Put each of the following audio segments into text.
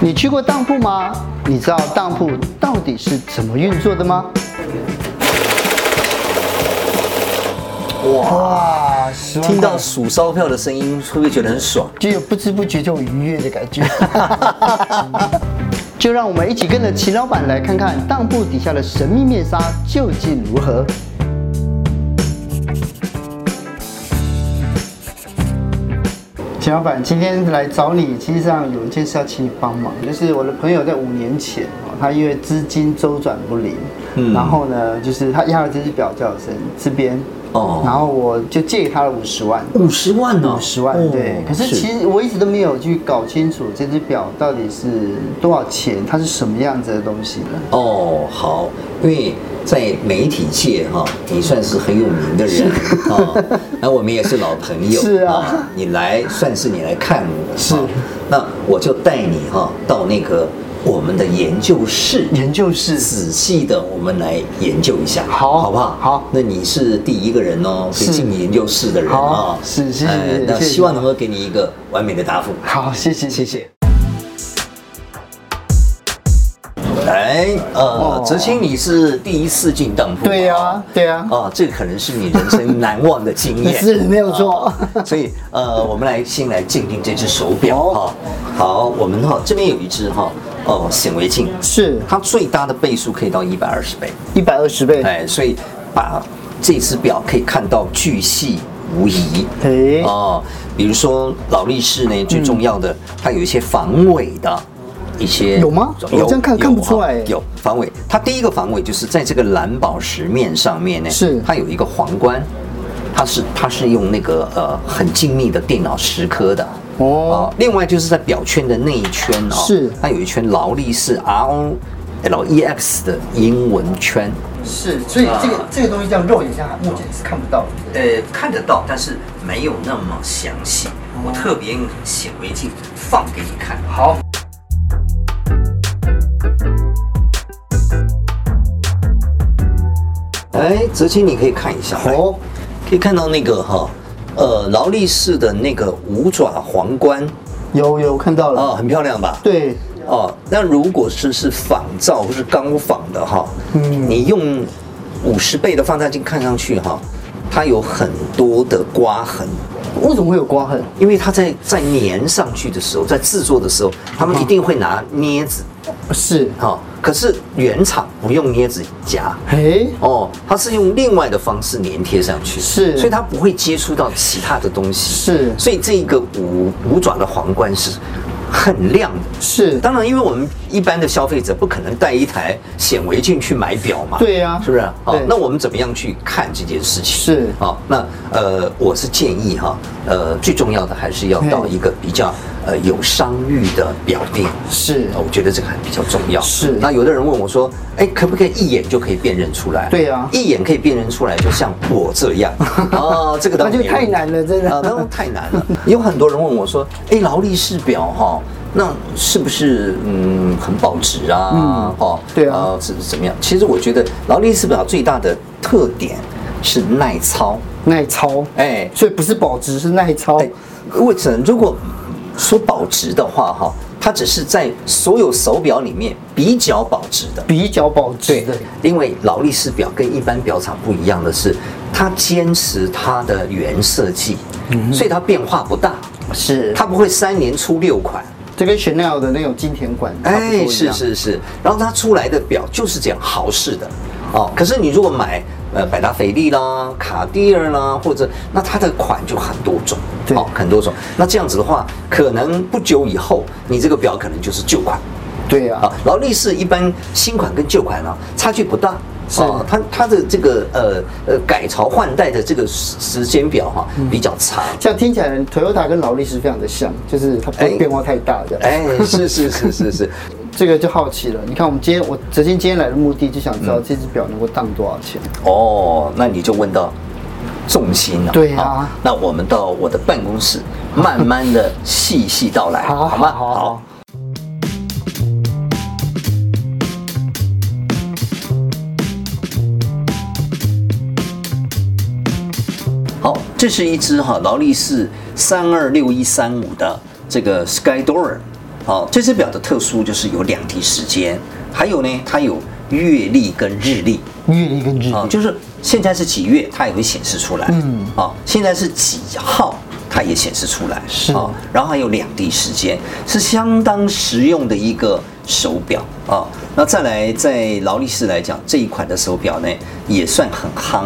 你去过当铺吗？你知道当铺到底是怎么运作的吗？哇，十万听到块数钞票的声音，会不会觉得很爽？就有不知不觉就有愉悦的感觉。 就让我们一起跟着齐老板来看看当铺底下的神秘面纱究竟如何。秦老板，今天来找你，其实上有一件事要请你帮忙，就是我的朋友在五年前，哦他因为资金周转不灵，嗯然后呢，就是他压了这只表叫声这边，哦然后我就借他了五十万，五十万呢、哦五十万，对。可是其实我一直都没有去搞清楚这只表到底是多少钱，它是什么样子的东西呢？哦，好，因为在媒体界哈、你算是很有名的人啊、那我们 也是老朋友，哦是啊你来算是你来看我，是啊那我就带你哈、到那个我们的研究室，研究室仔细的我们来研究一下，好好不好？好那你是第一个人哦，可以是进研究室的人好啊、是谢谢谢谢那谢谢希望能够给你一个完美的答复，好，谢谢谢谢。来，呃哦，哲青，你是第一次进当铺吗，对呀、对呀、啊，这个可能是你人生难忘的经 验，是没有错啊所以，呃，我们来先来鉴定这只手表好哈。好，我们哈这边有一只哈，哦，显微镜，是它最大的倍数可以到一百二十倍，一百二十倍。哎，所以把这只表可以看到巨细无遗。诶哦，比如说劳力士呢，最嗯重要的，它有一些防伪的一些有吗我这样看有看不出来哦有防伪，它第一个防伪就是在这个蓝宝石面上面呢，是它有一个皇冠，它是它是用那个呃很精密的电脑蚀刻的。哦啊另外就是在表圈的那一圈哦，是它有一圈劳力士 R O L E X 的英文圈，是，所以这个这个东西叫肉眼下目前是看不到的。呃，看得到，但是没有那么详细。我特别用显微镜放给你看。好，哎，泽清，你可以看一下，哦哦，可以看到那个哈、呃，劳力士的那个五爪皇冠有有看到了。哦，很漂亮吧？。对，哦，那如果是是仿造或是钢仿的哈、嗯你用五十倍的放大镜看上去哈、它有很多的刮痕。为什么会有刮痕？因为它在在粘上去的时候，在制作的时候，他们一定会拿镊子，是，哈、可是原厂不用镊子夹，诶，哦，它是用另外的方式粘贴上去，是所以它不会接触到其他的东西，是所以这个五五爪的皇冠是很亮的。是，当然，因为我们一般的消费者不可能带一台显微镜去买表嘛，对呀是不是？好对，那我们怎么样去看这件事情？是好，那呃，我是建议哈，呃，最重要的还是要到对一个比较呃有商誉的表店，是呃我觉得这个还比较重要。是那有的人问我说，哎，可不可以一眼就可以辨认出来？对啊呀一眼可以辨认出来，就像我 这样哦，这个当然那就没问题太难了真的啊，当然太难了。有很多人问我说，哎，劳力士表哈，那是不是嗯很保值啊？嗯哦，对啊呃是怎么样？其实我觉得劳力士表最大的特点是耐操，耐操。哎，所以不是保值，是耐操。哎，为什么？如果说保值的话，哈，它只是在所有手表里面比较保值的。比较保值的。因为劳力士表跟一般表厂不一样的是，它坚持它的原设计，所以它变化不大，是它不会三年出六款。这跟 Chanel 的那种金田馆差不多一哎，样是，是是，然后它出来的表就是这样豪式的，哦，可是你如果买呃百达翡丽啦、卡地尔啦，或者那它的款就很多种，对哦，很多种。那这样子的话，可能不久以后你这个表可能就是旧款对呀、啊。劳力士一般新款跟旧款啊差距不大。是哦它它的这个呃呃改朝换代的这个时时间表哈、嗯比较 长，像听起来 Toyota 跟劳力士非常的像，就是它不会哎变化太大这样。哎，是是是是是，这个就好奇了。你看，我们今天我哲信今天来的目的，就想嗯知道这只表能够当多少钱。哦，那你就问到重心了。对啊好那我们到我的办公室，慢慢的细细道来，好吗？好好好好。好，这是一只哈劳力士三二六一三五的这个 Skydoor。好、这只表的特殊就是有两题时间，还有呢，它有月历跟日历。月历跟日啊、历，就是现在是几月，它也会显示出来。嗯嗯，啊、现在是几号，它也显示出来。是啊然后还有两滴时间，是相当实用的一个手表啊、那再来，在劳力士来讲，这一款的手表呢，也算很夯。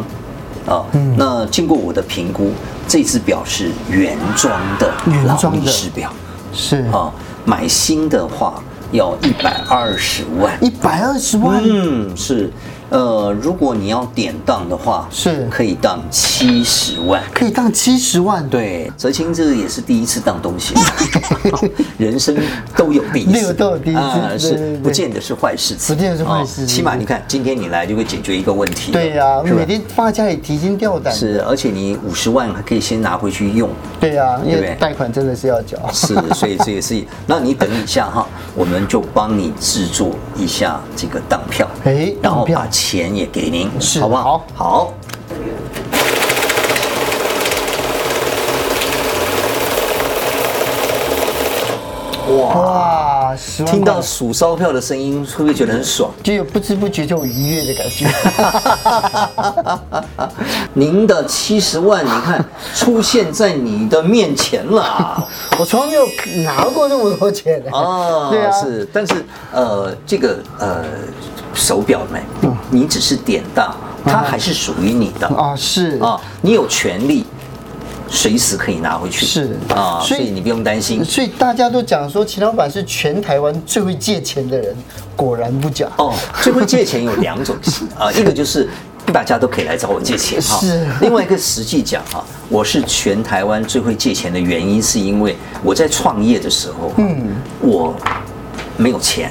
啊、嗯那经过我的评估，这只表是原装的原劳装的力士表是啊、买新的话要一百二十万。一百二十万，嗯，是，呃，如果你要典当的话，是可以当七十万。可以当七十万，，对，泽清这个也是第一次当东 西，人生都有第一次，啊六都有第一次对对是对不见得是坏事情，不见得是坏事情哦起码你看今天你来就会解决一个问题了，对呀、是吧每天放在家里提心吊胆，是，而且你五十万还可以先拿回去用，对呀、因对不为对贷款真的是要缴，是，所以这也是，那你等一下哈，我们就帮你制作一下这个当票，哎然后当票把钱也给您，是好不好？好。哇，哇，十万块，听到数钞票的声音，会不会觉得很爽？就有不知不觉就有愉悦的感 觉，您的七十万，你看出现在你的面前了啊！我从来没有拿过这么多钱的、哦，对啊，是，但是呃，这个呃手表没，嗯你只是典当，它还是属于你的啊、啊是你有权利随时可以拿回去，是啊、所所以以你不用担心。所以大家都讲说，秦老板是全台湾最会借钱的人，果然不假。哦，最会借钱有两种 啊、一个就是。大家都可以来找我借钱哈。是另外一个实际讲哈，我是全台湾最会借钱的原因，是因为我在创业的时候，嗯，我没有钱，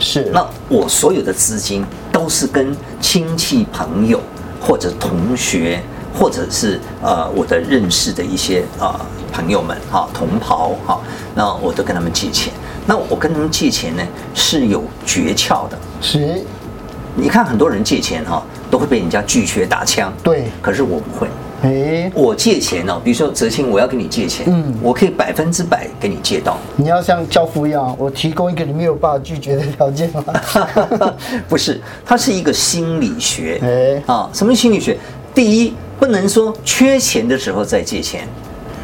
是，那我所有的资金都是跟亲戚朋友或者同学，或者是呃我的认识的一些呃朋友们哈、同袍哈、那我都跟他们借钱。那我跟他们借钱呢是有诀窍的。是你看很多人借钱哈、都会被人家拒绝打枪，对可是我不会。哎，我借钱哦，比如说泽清，我要跟你借钱，嗯我可以百分之百给你借到，你要像教父一样，我提供一个你没有办法拒绝的条件吗？ 不是，它是一个心理学。哎啊，什么心理学？第一，不能说缺钱的时候再借钱，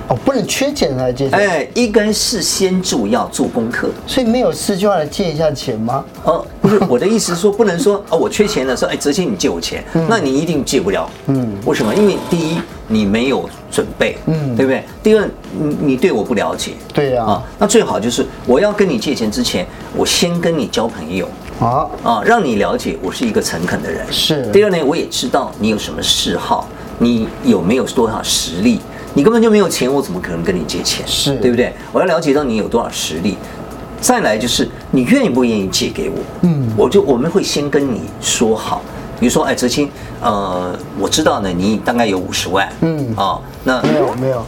哦，不能缺钱来借钱，哎，应该是先就要做功课。所以没有事就要来借一下钱吗？哦，不是，我的意思是说，不能说哦， 我缺钱了，说哎，泽清你借我钱，那你一定借不了。嗯，为什么？因为第一，你没有准备，嗯嗯，对不对？第二，你你对我不了解。对啊啊，，那最好就是我要跟你借钱之前，我先跟你交朋友。啊，啊，让你了解我是一个诚恳的人。是第二呢，我也知道你有什么嗜好，你有没有多少实力。你根本就没有钱，我怎么可能跟你借钱？是对不对？我要了解到你有多少实力。再来就是你愿意不愿意借给我？嗯，我就我们会先跟你说好。比如说，哎，哲青，呃，我知道呢，你大概有五十万，嗯嗯，哦，那没有没有，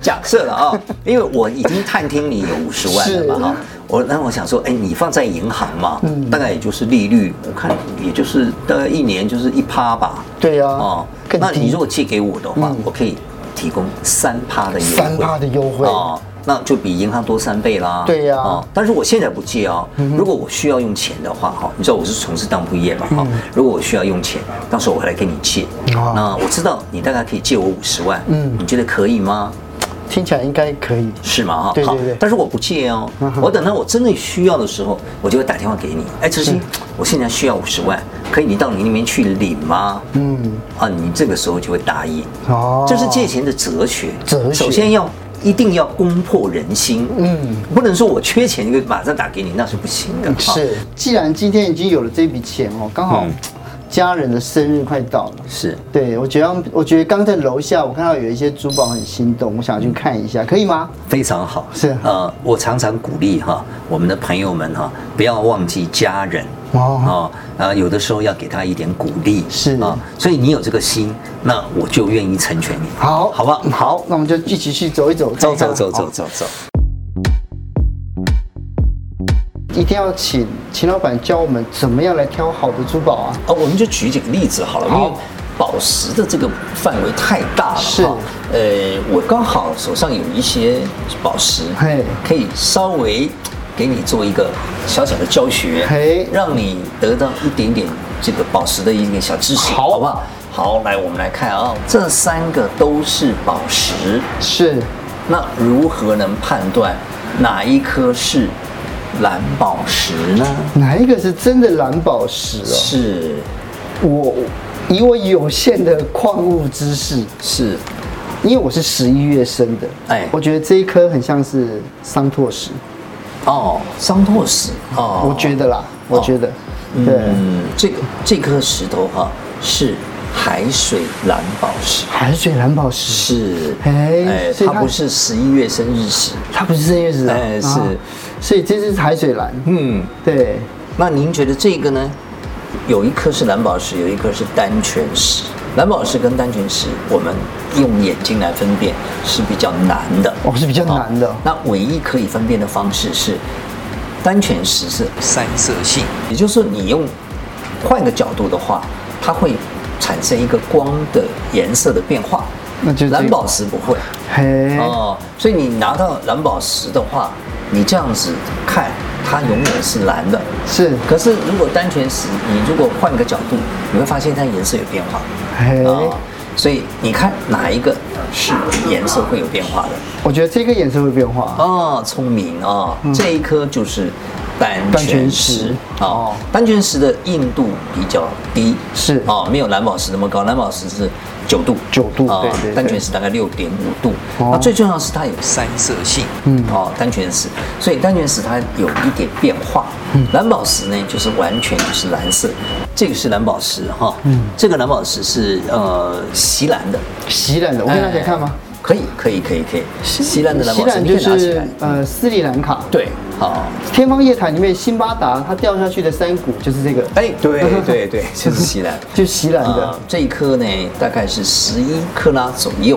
假设了啊、因为我已经探听你有五十万了嘛哈、我那我想说，哎，你放在银行嘛，大概也就是利率，我看也就是大概一年就是一趴吧。对啊哦，更那低你如果借给我的话，我可以提供三趴的优惠， 3%的优惠哦，那就比银行多三倍啦。对呀嗯哦但是我现在不借哦。如果我需要用钱的话，哈，你知道我是从事当铺业嘛，嗯哈，如果我需要用钱，到时候我会来跟你借。哦那我知道你大概可以借我五十万，嗯嗯，你觉得可以吗？听起来应该可以。是吗？哈，对好对对但是我不借哦嗯，哼我等到我真的需要的时候，我就会打电话给你。哎，志嗯新，我现在需要五十万，可以你到你那边去领吗？嗯，啊，你这个时候就会答应。哦这是借钱的哲学。哲学首先要一定要攻破人心。嗯嗯，不能说我缺钱就马上打给你，那是不行的。哈是，既然今天已经有了这笔钱哦，刚好哦嗯家人的生日快到了。是，对，我觉得我觉得刚在楼下，我看到有一些珠宝很心动，我想去看一下，可以吗？非常好。是呃，我常常鼓励哈我们的朋友们哈，不要忘记家人。哦哦，啊，有的时候要给他一点鼓励，是啊，所以你有这个心，那我就愿意成全你，好好不好？好，那我们就一起去走一走，走看一看哦走走走好走走，一定要请秦老板教我们怎么样来挑好的珠宝啊。哦，我们就举几个例子好了，因好为宝石的这个范围太大了，是哈呃，我刚好手上有一些宝石嘿，可以稍微给你做一个小小的教学，嘿让你得到一点点这个宝石的一点小知识，好好不好？好，来我们来看啊、这三个都是宝石，是那如何能判断哪一颗是蓝宝石呢？哪一个是真的蓝宝石哦？是我以我有限的矿物知识，是，因为我是十一月生的，哎我觉得这一颗很像是桑拓石，哦，桑拓石哦，我觉得啦，我觉得，对，嗯，这个这颗石头哈、是海水蓝宝石，海水蓝宝石，是，哎所以它它不是十一月生日石，它不是正月石啊，哎是啊所以这是海水蓝，嗯，对，那您觉得这个呢？有一颗是蓝宝石，有一颗是丹泉石。蓝宝石跟丹泉石，我们用眼睛来分辨是比较难的。哦是比较难的好那唯一可以分辨的方式是，丹泉石是三色性，也就是说你用换个角度的话，它会产生一个光的颜色的变化。那就是这个哎蓝宝石不会。嘿，哦，所以你拿到蓝宝石的话，你这样子看，它永远是蓝的。是，可是如果单全石，你如果换个角度，你会发现它颜色有变化。嘿，啊所以你看哪一个是颜色会有变化的？我觉得这个颜色会变化，哦，聪明哦，嗯这一颗就是单丹全泉石石哦，单全石的硬度比较低，是哦，没有蓝宝石那么高，蓝宝石是九度， 9度哦对对对单全石大概六点五度。哦那最重要的是它有三色性，嗯哦，单全石，所以单全石它有一点变化，嗯，蓝宝石呢就是完全就是蓝色，这个是蓝宝石哈，嗯，这个蓝宝石是呃锡兰的，洗染的，我给大家看吗？哎？可以，可以，可以，可以，锡兰的蓝洗宝石染你可就以拿起是来，呃斯里兰卡，对，好。天方夜谭里面辛巴达它掉下去的山谷就是这个，哎， 对对对，就是锡 兰。就洗染呃的，这一颗呢，大概是十一克拉左右。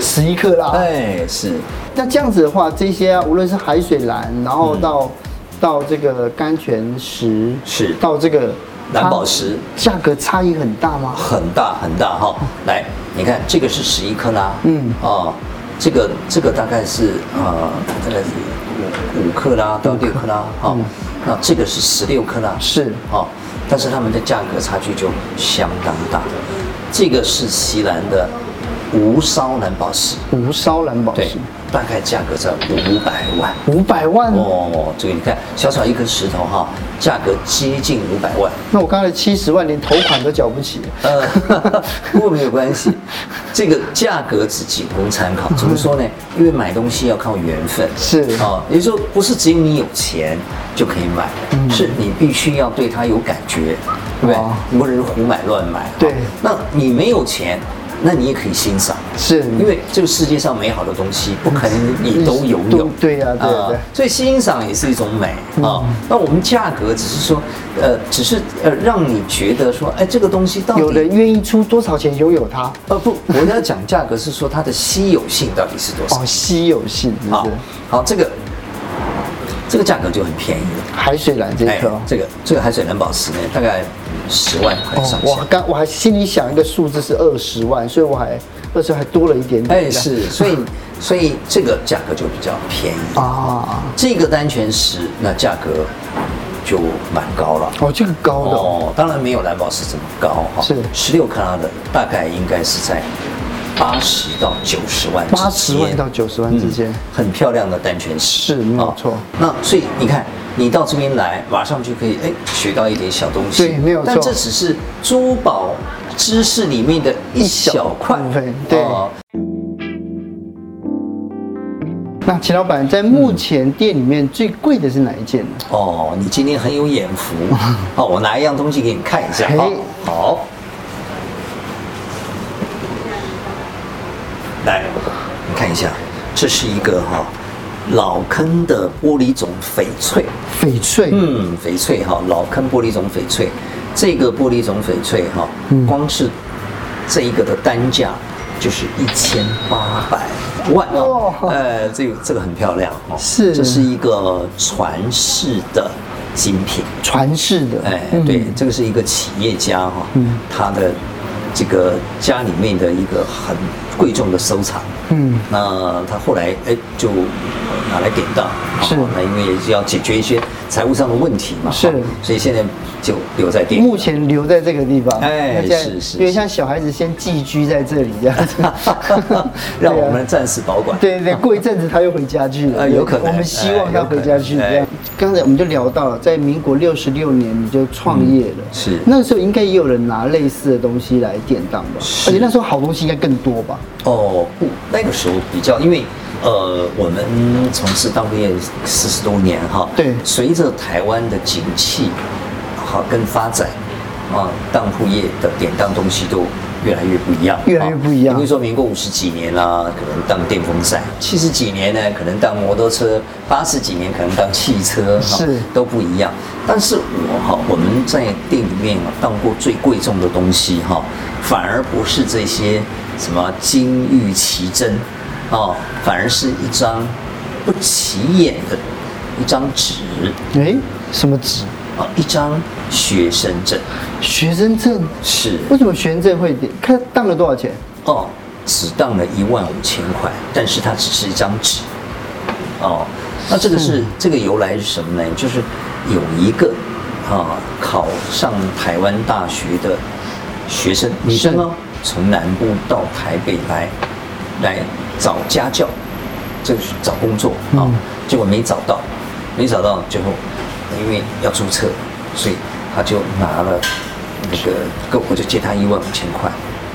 十一克拉。哎，是，那这样子的话，这些啊，无论是海水蓝，然后到、到这个甘泉石，嗯是到这个蓝它宝石价格差异很大吗？很大很大哈、来，你看这个是十一克拉，嗯哦，这个这个大概是呃，大概是五五克拉到六克拉，哦，那这个是十六克拉，是哦，但是它们的价格差距就相当大。这个是锡兰的无烧蓝宝石，无烧蓝宝对石，，大概价格在五百万。五百万。哦，这个你看，小小一颗石头哈，价格接近五百万。那我刚才七十万连头款都缴不起，呃，不过没有 关系，这个价格只仅供参考。怎么说呢？因为买东西要靠缘分，是啊，也就是说不是只有你有钱就可以买，是你必须要对它有感觉，对不对嗯哦？你不能胡买乱买。对啊那你没有钱，那你也可以欣赏。是因为这个世界上美好的东西不可能你都拥有嗯都，对呀对呀嗯啊对所以欣赏也是一种美啊。那我们价格只是说，呃，只是呃让你觉得说，哎，这个东西到底有人愿意出多少钱拥有它？呃不，我要讲价格是说它的稀有性到底是多少哦，。稀有性是不好是？，好，这个这个价格就很便宜了。海水蓝这一颗、哎这个这个海水蓝宝石呢，大概十万块哦上，我下。刚我还心里想一个数字是二十万，所以我还二十还多了一点点。哎，是，所以所以这个价格就比较便宜。啊，这个单全石那价格就蛮高了。哦，这个高的、哦，哦，当然没有蓝宝石这么高哈，是十六克拉的，大概应该是在八十到九十万之间，嗯80万到90万之间很漂亮的单全石，是没有哦错那所以你看，你到这边来，马上就可以哎学到一点小东西，对没有错但这只是珠宝知识里面的一小块一小部分对哦那秦老板在目前店里面最贵的是哪一件呢？哦，你今天很有眼福哦！我拿一样东西给你看一下嘿哈、好，来，你看一下，这是一个哈、老坑的玻璃种翡翠，翡翠，嗯，翡翠哈、老坑玻璃种翡翠，这个玻璃种翡翠哈、嗯光是这一个的单价就是一千八百万哦，哇呃，这个这个很漂亮哦，是这是一个传世的精品，传世的，哎嗯哎，对，这个是一个企业家哈、他的这个家里面的一个很贵重的收藏。嗯，那他后来哎就拿来典当，是哦那因为也是要解决一些财务上的问题嘛，是哦所以现在就留在店里了。目前留在这个地方，哎那这样是是，有点像小孩子先寄居在这里这样子 让对啊我们暂时保管。对对对，过一阵子他又回家去了，呃有可能我们希望他回家去。哎有可能这样，刚才我们就聊到了，在民国六十六年你就创业了，嗯是那时候应该也有人拿类似的东西来典当吧？是而且那时候好东西应该更多吧？哦，不，那个时候比较，因为呃，我们从事当兵业四十多年哈，对随着台湾的景气好跟发展啊，当铺业的典当东西都越来越不一样，越来越不一样啊比如说民国五十几年啦、可能当电风扇；七十几年呢，可能当摩托车；八十几年可能当汽车，哈是都不一样。但是我哈，我们在店里面啊，当过最贵重的东西哈，反而不是这些什么金玉其珍，哦，反而是一张不起眼的一张纸哎，什么纸？啊，一张学生证学生证？是为什么学生证会点？看当了多少钱？哦，只当了一万五千块，但是它只是一张纸。哦，那这个是这个由来是什么呢？就是有一个啊考上台湾大学的学生，女生哦，从南部到台北来来找家教，这个是找工作啊、嗯结果没找到，没找到，最后因为要注册，所以他就拿了那个，跟我就借他一万五千块，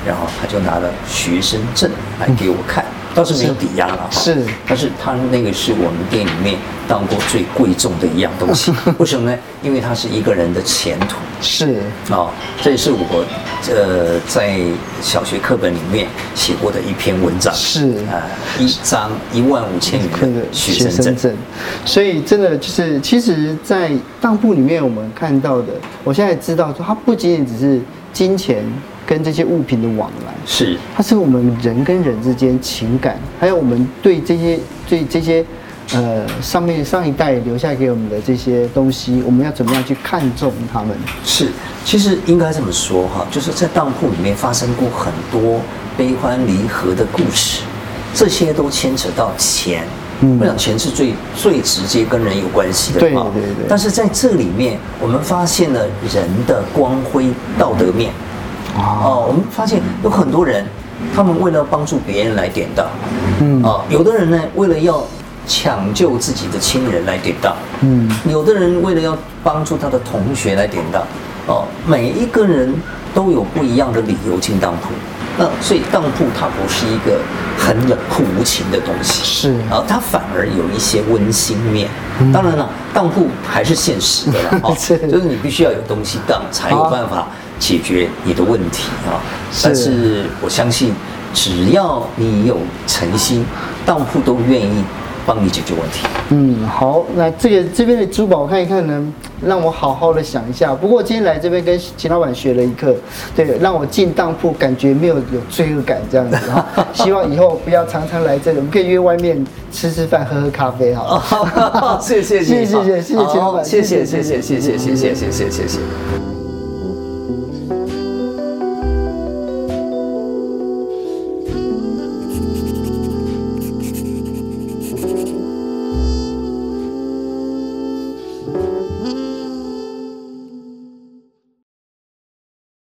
然后他就拿了学生证来给我看，倒是没有抵押了哈，是但是它那个是我们店里面当过最贵重的一样东 西，为什么呢？因为它是一个人的前途。是哦，这也是我呃在小学课本里面写过的一篇文章，是啊、一张一万五千元那个的学学生生证，证，所以真的就是，其实，在当铺里面我们看到的，我现在知道说，它不仅仅只是金钱跟这些物品的往来，是它是我们人跟人之间情感，还有我们对这些对这些呃上面上一代留下给我们的这些东西，我们要怎么样去看重他们？是，其实应该这么说哈，就是在当铺里面发生过很多悲欢离合的故事，这些都牵扯到钱。嗯我想钱是最最直接跟人有关系的对哈对对但是在这里面，我们发现了人的光辉道德面。哦，哦，我们发现有很多人，他们为了帮助别人来典当，嗯啊、有的人呢为了要抢救自己的亲人来典当，嗯有的人为了要帮助他的同学来典当，哦，每一个人都有不一样的理由进当铺。那所以当铺它不是一个很冷酷无情的东西，是嗯啊，它反而有一些温馨面。当然了，当铺还是现实的 啦，哦是就是你必须要有东西当才有好办法解决你的问题啊。是但是我相信，只要你有诚心，当铺都愿意帮你解决问题。嗯，好，那这个这边的珠宝看一看呢，让我好好的想一下。不过今天来这边跟秦老板学了一课，对，让我进当铺感觉没有有罪恶感这样子哈。希望以后不要常常来这里，我们可以约外面吃吃饭、喝喝咖啡好哦了。谢谢你，谢谢谢谢谢谢秦老板好谢谢谢谢谢谢谢谢谢谢谢谢谢谢谢。